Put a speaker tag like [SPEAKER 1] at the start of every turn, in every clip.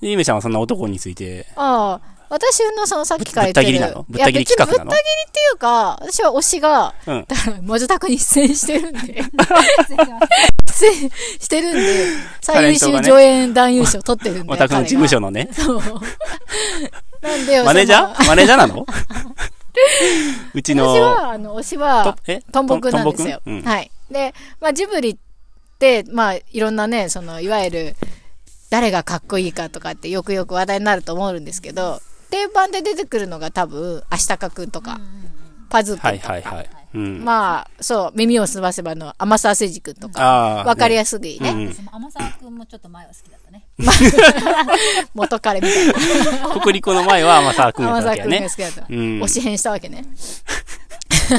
[SPEAKER 1] ゆめちゃんはそんな男について。
[SPEAKER 2] ああ、私のそのさっきから言っ
[SPEAKER 1] ぶった切
[SPEAKER 2] てる。
[SPEAKER 1] りなのぶった切り企画なの
[SPEAKER 2] いや別にぶった切りっていうか、私は推しが、
[SPEAKER 1] うん
[SPEAKER 2] だから、魔女宅に出演し てるんで。出演してるんで、
[SPEAKER 1] タ
[SPEAKER 2] 最
[SPEAKER 1] レ
[SPEAKER 2] 優
[SPEAKER 1] ントが
[SPEAKER 2] 秀
[SPEAKER 1] ね
[SPEAKER 2] 助演男優賞取ってるんで。
[SPEAKER 1] お宅の事務所のね。
[SPEAKER 2] 彼が。そう。なんで、
[SPEAKER 1] マネージャ
[SPEAKER 2] そ
[SPEAKER 1] ーマネージャーな のうち
[SPEAKER 2] の私
[SPEAKER 1] の、
[SPEAKER 2] は、あの、推しは、
[SPEAKER 1] え
[SPEAKER 2] トンボくんなんですよ。
[SPEAKER 1] トンボくんうん
[SPEAKER 2] はい。で、まあ、ジブリって、まあ、いろんなね、その、いわゆる、誰がかっこいいかとかってよくよく話題になると思うんですけど、定番で出てくるのが多分、アシタカくんとか、パズーくんとか、
[SPEAKER 1] はいはいはい。うん。
[SPEAKER 2] まあ、そう、耳をすませばの、甘沢誠治くんとか、
[SPEAKER 1] あ
[SPEAKER 2] わかり
[SPEAKER 1] や
[SPEAKER 2] やすいね、
[SPEAKER 1] うん
[SPEAKER 3] 私も天沢くんもちょっと前は好きだったね。
[SPEAKER 2] 元彼みたいな。
[SPEAKER 1] すい。国立の前は甘沢くんやっ
[SPEAKER 2] 甘
[SPEAKER 1] たわ
[SPEAKER 2] 沢
[SPEAKER 1] けや
[SPEAKER 2] くんが
[SPEAKER 1] ね
[SPEAKER 2] 好。きだった。
[SPEAKER 1] うん。
[SPEAKER 2] 推し変した わけね。
[SPEAKER 1] 推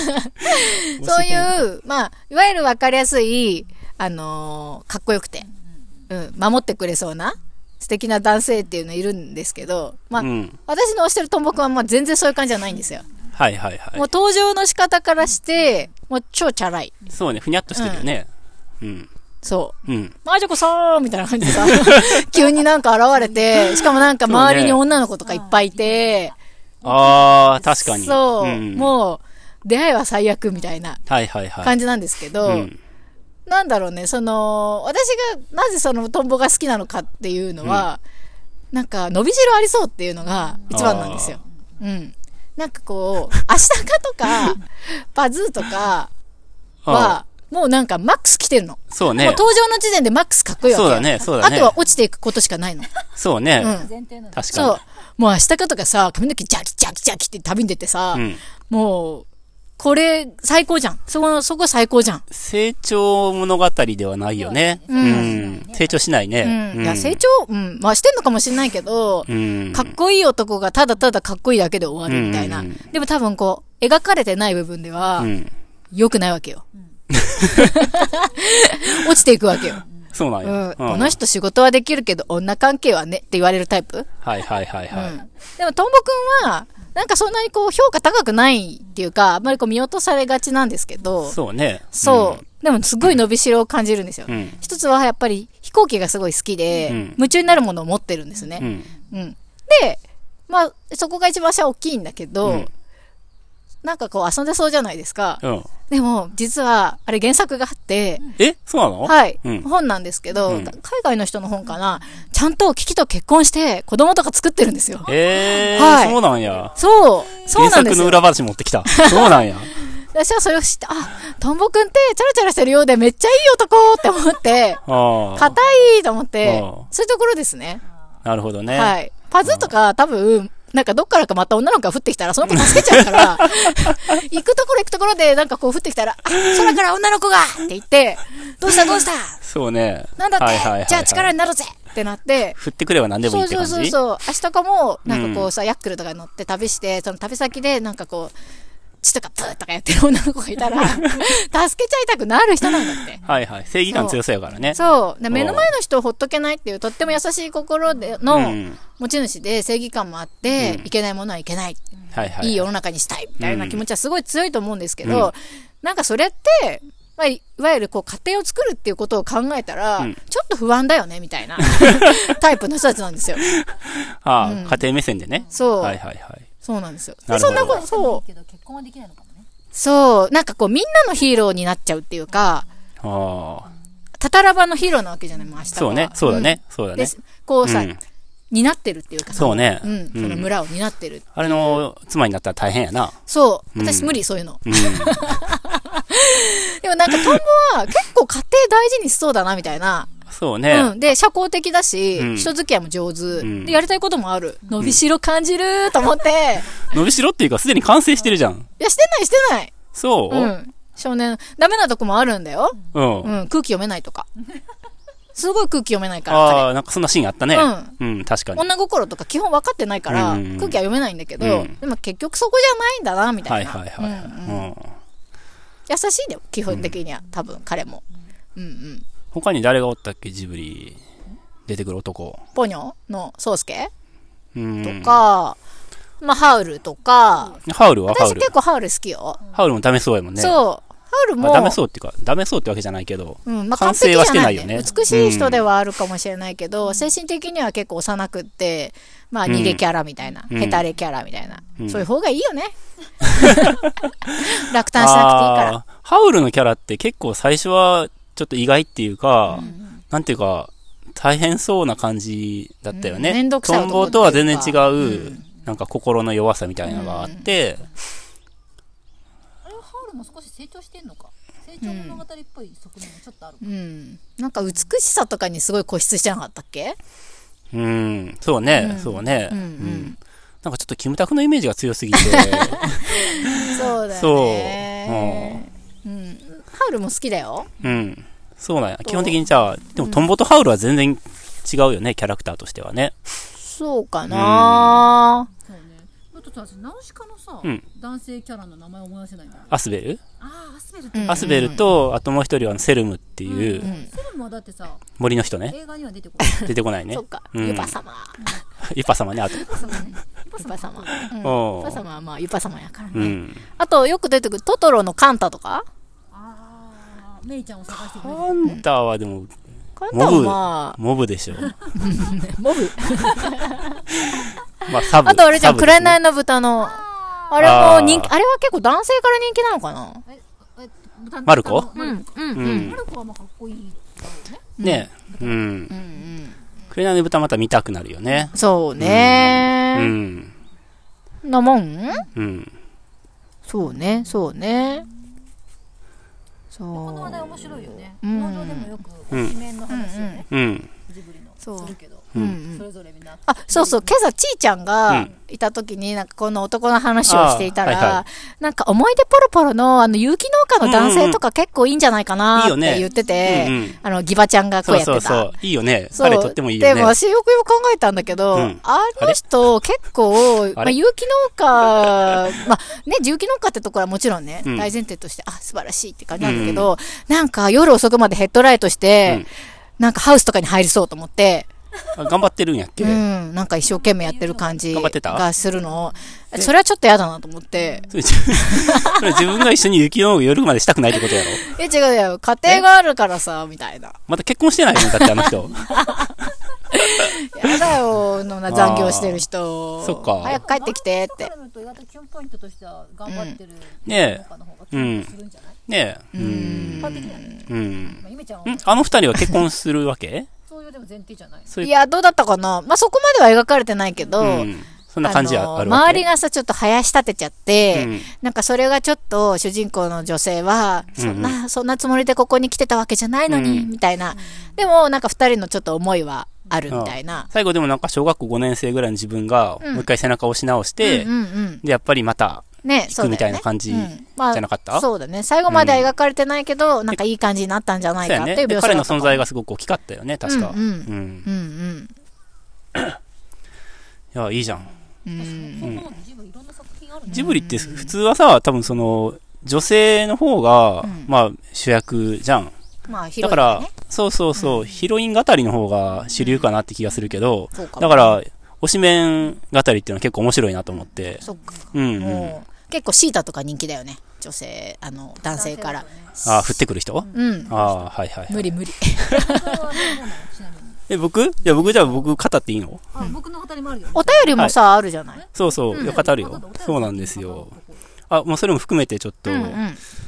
[SPEAKER 1] し
[SPEAKER 2] そういう、まあ、いわゆるわかりやすい、あのーかっこよくて、うん、守ってくれそうな、素敵な男性っていうのいるんですけど、まあ、
[SPEAKER 1] うん。
[SPEAKER 2] 私の推してるトンボくんはまあ全然そういう感じじゃないんですよ。
[SPEAKER 1] はいはいは
[SPEAKER 2] もう登場の仕方からして、もう超チャラい。
[SPEAKER 1] い。そうね、ふにゃっとしてるよね。うん。
[SPEAKER 2] そう。
[SPEAKER 1] うん。
[SPEAKER 2] マージョコさーんみたいな感じで さ、急になんか現れて、しかもなんか周りに女の子とかいっぱいいて、
[SPEAKER 1] ああ、確かに。
[SPEAKER 2] そう、
[SPEAKER 1] ん
[SPEAKER 2] もう、出会いは最悪みたいな
[SPEAKER 1] はいはいはい。
[SPEAKER 2] 感じなんですけど、
[SPEAKER 1] うん。
[SPEAKER 2] なんだろうね、その、私がなぜそのトンボが好きなのかっていうのは、なんか、伸びしろありそうっていうのが一番なんですよ。うん。なんかこう、 アシタカと か、パズーとか
[SPEAKER 1] あ
[SPEAKER 2] は、もうなんかマックス来てるの。
[SPEAKER 1] ーそう
[SPEAKER 2] も
[SPEAKER 1] ね
[SPEAKER 2] う。登場の時点でマックスかっこいいわけよ
[SPEAKER 1] そうだねそうだね
[SPEAKER 2] あとは落ちていくことしかないの。
[SPEAKER 1] そうね。
[SPEAKER 2] うん
[SPEAKER 3] 前提なの。
[SPEAKER 1] 確
[SPEAKER 2] そう
[SPEAKER 1] か。
[SPEAKER 2] もう明日かとかさ、髪の毛ジャキジャキジャキって旅に出てさ、
[SPEAKER 1] に。うん。
[SPEAKER 2] もう、これ最高じゃん。そこの、そこ最高じゃん。
[SPEAKER 1] 成長物語ではないよね。
[SPEAKER 2] うん
[SPEAKER 1] うん。成長しないね。
[SPEAKER 2] うん。いや、成長、うん。まあしてんのかもしれないけど、
[SPEAKER 1] うん。
[SPEAKER 2] かっこいい男がただただかっこいいだけで終わるみたいな。
[SPEAKER 1] うん
[SPEAKER 2] でも多分こう、描かれてない部分では
[SPEAKER 1] う、ん。
[SPEAKER 2] 良くないわけよ。 落ちていくわけよ。
[SPEAKER 1] そうなん
[SPEAKER 2] う
[SPEAKER 1] や。
[SPEAKER 2] ん。この人仕事はできるけど、女関係はねって言われるタイプ
[SPEAKER 1] はいはいはいはい。
[SPEAKER 2] うんでも、トンボくんは、なんかそんなにこう、評価高くないっていうか、あんまりこう見落とされがちなんですけど、そう。
[SPEAKER 1] そうね。
[SPEAKER 2] でも、すごい伸びしろを感じるんですよ。
[SPEAKER 1] うん。うん。
[SPEAKER 2] 一つは、やっぱり、飛行機がすごい好きで、
[SPEAKER 1] うん
[SPEAKER 2] 夢中になるものを持ってるんです
[SPEAKER 1] う
[SPEAKER 2] ね。
[SPEAKER 1] ん。
[SPEAKER 2] うん。で、まあ、そこが一番私は大きいんだけど、
[SPEAKER 1] うん
[SPEAKER 2] なんかこう、遊んでそうじゃないですか。
[SPEAKER 1] うん。
[SPEAKER 2] でも、実は、あれ原作があって、
[SPEAKER 1] えそうなの
[SPEAKER 2] はい、
[SPEAKER 1] うん。
[SPEAKER 2] 本なんですけど、
[SPEAKER 1] うん
[SPEAKER 2] 海外の人の本かな、ちゃんとキキと結婚して、子供とか作ってるんですよ。
[SPEAKER 1] え
[SPEAKER 2] は
[SPEAKER 1] ー、
[SPEAKER 2] い
[SPEAKER 1] そうなんや。
[SPEAKER 2] そう、そう
[SPEAKER 1] 原
[SPEAKER 2] なんで
[SPEAKER 1] 作
[SPEAKER 2] す
[SPEAKER 1] の
[SPEAKER 2] よ。
[SPEAKER 1] 裏話持ってき た。そうなんや。
[SPEAKER 2] 私はそれを知って、あ、トンボくんってチャラチャラしてるようでめっちゃいい男って思って、
[SPEAKER 1] ああ。
[SPEAKER 2] 硬いと思って
[SPEAKER 1] ああ、
[SPEAKER 2] そういうところですね。
[SPEAKER 1] なるほどね。
[SPEAKER 2] はい。パズとか多分、なんかどっからかまた女の子が降ってきたら、その子助けちゃう から、行くところ行くところでなんかこう降ってきたら、あ、空から女の子がって言って、どうしたどうした
[SPEAKER 1] そうね。
[SPEAKER 2] なんだって、
[SPEAKER 1] はいはいはいはい
[SPEAKER 2] じゃあ力になろうぜってなって、
[SPEAKER 1] 振ってくれば何でもいい
[SPEAKER 2] そう
[SPEAKER 1] って
[SPEAKER 2] そ
[SPEAKER 1] 感
[SPEAKER 2] うそう
[SPEAKER 1] じ
[SPEAKER 2] そう。明日かも、なんかこうさ、ヤックルとか乗って旅して、その旅先でなんかこう、血とかプーとかやってる女の子がい たら、助けちゃいたくなる人なんだって。
[SPEAKER 1] はいはい。正義感強さやからね。
[SPEAKER 2] そう。で目の前の人をほっとけないっていう、とっても優しい心で
[SPEAKER 1] う
[SPEAKER 2] の
[SPEAKER 1] ん。
[SPEAKER 2] 持ち主で、正義感もあって、いけないものはいけない、
[SPEAKER 1] はいはい。
[SPEAKER 2] いい世の中にしたい、みたいな気持ちはすごい強いと思うんですけ
[SPEAKER 1] うん
[SPEAKER 2] ど、なんかそれって、まあ、いわゆるこう、家庭を作るっていうことを考えたら、
[SPEAKER 1] うん
[SPEAKER 2] ちょっと不安だよね、みた いなタイプの人たちなんですよ。
[SPEAKER 1] ああ、家庭目線でね。
[SPEAKER 2] そう。
[SPEAKER 1] はいはいはい。
[SPEAKER 2] そうなんですよ。
[SPEAKER 1] な
[SPEAKER 2] で
[SPEAKER 1] るほ
[SPEAKER 2] そん
[SPEAKER 1] ど
[SPEAKER 2] なこと、そ。
[SPEAKER 3] いうけど結婚はできないのかもね。
[SPEAKER 2] そう。なんかこう、みんなのヒーローになっちゃうっていうか、
[SPEAKER 1] ああ。
[SPEAKER 2] たたらばのヒーローなわけじゃない、もう明日は。
[SPEAKER 1] そうね。そうだね。そうだ
[SPEAKER 2] うん。
[SPEAKER 1] ね
[SPEAKER 2] で。、こうさ、
[SPEAKER 1] うん
[SPEAKER 2] 担ってるっていうかさ
[SPEAKER 1] そうね。
[SPEAKER 2] うん、その村を担ってる。
[SPEAKER 1] あれの妻になったら大変やな。
[SPEAKER 2] そう。
[SPEAKER 1] うん
[SPEAKER 2] 私無理、そういうの。
[SPEAKER 1] うん。
[SPEAKER 2] でもなんか、トンボは結構家庭大事にしそうだな、みたいな。
[SPEAKER 1] そう
[SPEAKER 2] う
[SPEAKER 1] ね。
[SPEAKER 2] ん。で、社交的だし、
[SPEAKER 1] うん
[SPEAKER 2] 人付き合いも上手。
[SPEAKER 1] ん
[SPEAKER 2] で、やりたいこともある。伸びしろ感じると思 って、い
[SPEAKER 1] 伸びしろっていうか、すでに完成してるじゃん。
[SPEAKER 2] や、してない、してない。。
[SPEAKER 1] そううん
[SPEAKER 2] 少年、ダメなとこもあるんだよ。
[SPEAKER 1] うん。
[SPEAKER 2] うん、空気読めないとか。すごい空気読めないから、彼
[SPEAKER 1] ああ、なんかそんなシーンあったね。うん、確かに。
[SPEAKER 2] 女心とか基本分かってないから、
[SPEAKER 1] うんうんうん
[SPEAKER 2] 空気は読めないんだけど、
[SPEAKER 1] うん
[SPEAKER 2] でも結局そこじゃないんだな、みた
[SPEAKER 1] はいい
[SPEAKER 2] な。
[SPEAKER 1] はいはい。うん
[SPEAKER 2] 優しいんだよ、基本的には。多分、彼も。うんうん。
[SPEAKER 1] 他に誰がおったっけ、ジブリ。出てくる男。
[SPEAKER 2] ポニョの宗介
[SPEAKER 1] うん。
[SPEAKER 2] とか、まあ、ハウルとか、
[SPEAKER 1] ハウルはハウ
[SPEAKER 2] 私
[SPEAKER 1] ル。
[SPEAKER 2] 結構ハウル好きよ。
[SPEAKER 1] ハウルもダメそうやもんね。う。
[SPEAKER 2] そう。ウル
[SPEAKER 1] ま
[SPEAKER 2] も、
[SPEAKER 1] あ、ダメそうっていうか、ダメそうってわけじゃないけど、
[SPEAKER 2] うん、まあ、完
[SPEAKER 1] 完成
[SPEAKER 2] 璧
[SPEAKER 1] は
[SPEAKER 2] じゃない,、ね
[SPEAKER 1] してないよね
[SPEAKER 2] 美しい人ではあるかもしれないけど、精神的には結構幼くって、まあ、逃げキャラみたいな、
[SPEAKER 1] うん
[SPEAKER 2] ヘタレキャラみたいな、
[SPEAKER 1] うん
[SPEAKER 2] そういう方がいい よね。落胆しなくていいから。
[SPEAKER 1] あーハウルのキャラって結構最初はちょっと意外っていうか、なんていうか、大変そうな感じだったよね。
[SPEAKER 2] うん面倒くさい
[SPEAKER 1] トンボ
[SPEAKER 2] 男
[SPEAKER 1] とは全然
[SPEAKER 2] っ
[SPEAKER 1] 違
[SPEAKER 2] ていううか、
[SPEAKER 1] なんか心の弱さみたいなのがあって、
[SPEAKER 3] あれはハウルも少し成長してんのか成長物語っぽい側面もちょっとある、
[SPEAKER 2] うん。なんか、美しさとかにすごい固執してなかったっけ
[SPEAKER 1] うん、そうね、そうね、
[SPEAKER 2] う
[SPEAKER 1] うんん
[SPEAKER 2] うん
[SPEAKER 1] なんかちょっとキムタクのイメージが強すぎ て、
[SPEAKER 2] そうだよね。うん。ハウルも好きだよ。
[SPEAKER 1] うん。そうなんや。基本的にじゃあ、でもトンボとハウルは全然違うよね、キャラクターとしてはね。
[SPEAKER 2] そうかな、
[SPEAKER 3] そうねあとさ私ナウシカのさ、
[SPEAKER 1] うん
[SPEAKER 3] 男性キャラの名前思い出せないんだよね
[SPEAKER 1] アスベル、
[SPEAKER 3] ああアスベルって、
[SPEAKER 2] うん
[SPEAKER 1] アスベルと、あともう一人はあのセルムっていう、
[SPEAKER 3] セルムはだってさ
[SPEAKER 1] 森の人ね。
[SPEAKER 3] 映画には出てこない
[SPEAKER 1] 出てこないね。
[SPEAKER 2] そうか。
[SPEAKER 1] うん
[SPEAKER 2] ユパ様。
[SPEAKER 1] ユパ様ね、 あと。
[SPEAKER 2] ユパ様。うん
[SPEAKER 1] お
[SPEAKER 2] ユ
[SPEAKER 1] う
[SPEAKER 2] パ様はまあ、ユパ様やからね。
[SPEAKER 1] うん。
[SPEAKER 2] あと、よく出てくる、トトロのカンタとか
[SPEAKER 3] ああメイちゃんを探してくれる
[SPEAKER 1] ハンターはでも、
[SPEAKER 2] カン
[SPEAKER 1] モ
[SPEAKER 2] タは
[SPEAKER 1] ブ
[SPEAKER 2] ま、
[SPEAKER 1] モブでしょ。
[SPEAKER 2] あ、モブ。
[SPEAKER 1] まあ、サブ。
[SPEAKER 2] あと、あれじゃん、
[SPEAKER 1] サブですね
[SPEAKER 2] 紅の豚の、
[SPEAKER 3] あ
[SPEAKER 2] あれも人気、
[SPEAKER 1] あ
[SPEAKER 2] あれは結構男性から人気なのかな
[SPEAKER 3] ーええだ
[SPEAKER 1] マルコ
[SPEAKER 3] マルコ、
[SPEAKER 2] うん
[SPEAKER 1] う
[SPEAKER 3] マ
[SPEAKER 1] ん。
[SPEAKER 3] ルコはまあかっこいい
[SPEAKER 1] ねうん
[SPEAKER 2] う。ん
[SPEAKER 1] 紅の豚また見たくなるよね。
[SPEAKER 2] そ
[SPEAKER 1] う
[SPEAKER 2] うね
[SPEAKER 1] ん。
[SPEAKER 2] なもん
[SPEAKER 1] うん。
[SPEAKER 2] そうね、そうね。
[SPEAKER 3] この話題
[SPEAKER 2] そ
[SPEAKER 3] 面白いよね
[SPEAKER 2] うん
[SPEAKER 3] 農場でもよく
[SPEAKER 1] うん
[SPEAKER 3] 鬼面の話をね
[SPEAKER 1] うん。
[SPEAKER 3] ジブリの
[SPEAKER 2] そう
[SPEAKER 3] するけど
[SPEAKER 2] う。うん
[SPEAKER 3] それぞれみんな
[SPEAKER 2] あ、そうそう、今朝、ちーちゃん
[SPEAKER 1] う
[SPEAKER 2] が
[SPEAKER 1] ん
[SPEAKER 2] いた時に、なんかこの男の話をしていたら、
[SPEAKER 1] あーはいは
[SPEAKER 2] なんか思い出ポロポロの、あの、有機農家の男性とか結構いいんじゃないかなっ
[SPEAKER 1] うんうんいいよ
[SPEAKER 2] て
[SPEAKER 1] ね
[SPEAKER 2] 言ってて、
[SPEAKER 1] うんうん
[SPEAKER 2] あの、ギバちゃんが
[SPEAKER 1] そ
[SPEAKER 2] こう
[SPEAKER 1] う
[SPEAKER 2] やって
[SPEAKER 1] そ
[SPEAKER 2] た。
[SPEAKER 1] うそう。いいよね。彼とってもいいよ
[SPEAKER 2] で
[SPEAKER 1] ね
[SPEAKER 2] も。私よくよく考えたんだけど、
[SPEAKER 1] うん
[SPEAKER 2] あの人結構、まあ、有機農 家、まあね、有機農家ってところはもちろんね、
[SPEAKER 1] うん
[SPEAKER 2] 大前提として、あ、素晴らしいって感じなんだけど、なんか夜遅くまでヘッドライトし
[SPEAKER 1] う
[SPEAKER 2] て、
[SPEAKER 1] ん
[SPEAKER 2] なんかハウスとかに入りそうと思って、
[SPEAKER 1] あ頑張ってるんやっけ
[SPEAKER 2] うん、なんか一生懸命やってる感じ
[SPEAKER 1] 頑張ってた
[SPEAKER 2] がするの。それはちょっと嫌だなと思って。
[SPEAKER 1] それ自分 それ自分が一緒に雪の夜までしたくないってことやろ
[SPEAKER 2] え、違うよ、家庭があるからさ、みたいな。
[SPEAKER 1] また結婚してないよね、だってあの人。
[SPEAKER 2] 嫌だよ、のな残業してる人。
[SPEAKER 1] あーそっか
[SPEAKER 2] 早く帰ってきてっ
[SPEAKER 3] マ
[SPEAKER 2] て
[SPEAKER 3] ルコ。から見ると意外とキュンポイントとしては頑張ってる
[SPEAKER 1] ねえ
[SPEAKER 3] 農家の方がキュンとするんじゃない
[SPEAKER 1] ねえ。うん
[SPEAKER 3] 一。般的にはね
[SPEAKER 1] うん。
[SPEAKER 3] まあゆめちゃんは
[SPEAKER 1] んあの二人は結婚するわけ
[SPEAKER 3] そういうでも前提じゃない
[SPEAKER 1] そう
[SPEAKER 2] い
[SPEAKER 1] いう、
[SPEAKER 2] や、どうだったかなまあ、そこまでは描かれてないけど、
[SPEAKER 1] うん。そんな感じはある
[SPEAKER 2] の
[SPEAKER 1] わけ
[SPEAKER 2] 周りがさ、ちょっと生やし立てちゃって、
[SPEAKER 1] うん
[SPEAKER 2] なんかそれがちょっと主人公の女性は、そんな、そんなつもりでここに来てたわけじゃないのに、
[SPEAKER 1] うん
[SPEAKER 2] みたいな。でも、なんか二人のちょっと思いはあるみたいな。
[SPEAKER 1] 最後でもなんか小学校5年生ぐらいの自分が、
[SPEAKER 2] うん
[SPEAKER 1] もう一回背中を押し直して、
[SPEAKER 2] うんうんうん。
[SPEAKER 1] で、やっぱりまた、
[SPEAKER 2] ね、
[SPEAKER 1] 引
[SPEAKER 2] そう
[SPEAKER 1] く
[SPEAKER 2] だよね
[SPEAKER 1] みたいな感じ
[SPEAKER 2] う
[SPEAKER 1] じ
[SPEAKER 2] んまあ
[SPEAKER 1] ゃなかった
[SPEAKER 2] そうだね。最後までは描かれてないけど、なんかいい感じになったんじゃない
[SPEAKER 1] そう
[SPEAKER 2] か
[SPEAKER 1] や
[SPEAKER 2] って
[SPEAKER 1] ね。
[SPEAKER 2] いう描
[SPEAKER 1] で
[SPEAKER 2] 写
[SPEAKER 1] 彼
[SPEAKER 2] だ
[SPEAKER 1] の
[SPEAKER 2] ったかも
[SPEAKER 1] 存在がすごく大きかったよね、確か。
[SPEAKER 2] う
[SPEAKER 1] うんん。
[SPEAKER 2] ううんうん。
[SPEAKER 1] いや、いいじゃん。
[SPEAKER 2] うん。
[SPEAKER 3] そう思うとジブリいろんな作品あるね
[SPEAKER 1] ジブリって普通はさ、多分その、女性の方が、
[SPEAKER 2] うん
[SPEAKER 1] まあ、主役じゃん。
[SPEAKER 2] まあ、広い、ね。
[SPEAKER 1] だから、そうそうそう、ヒロイン語りの方が主流かなって気がするけど、
[SPEAKER 2] そうかも
[SPEAKER 1] だから、推しメン語りっていうのは結構面白いなと思って。
[SPEAKER 2] そっか。
[SPEAKER 1] うん、うん。
[SPEAKER 2] もう結構シータとか人気だよね女性あの男性から
[SPEAKER 1] あ、降ってくる人、
[SPEAKER 2] うん
[SPEAKER 1] ああ、はいはい、はい。
[SPEAKER 2] 無理無理
[SPEAKER 3] 僕はどうなのちなみに
[SPEAKER 1] え、僕じゃあ僕じゃあ僕語っていいの
[SPEAKER 3] あ僕の語りもあるよ
[SPEAKER 2] お便りもさ、あるじゃない
[SPEAKER 1] そうそう、よ語るよ。そうなんですよ。あ、もうそれも含めてちょっと、
[SPEAKER 2] うんうん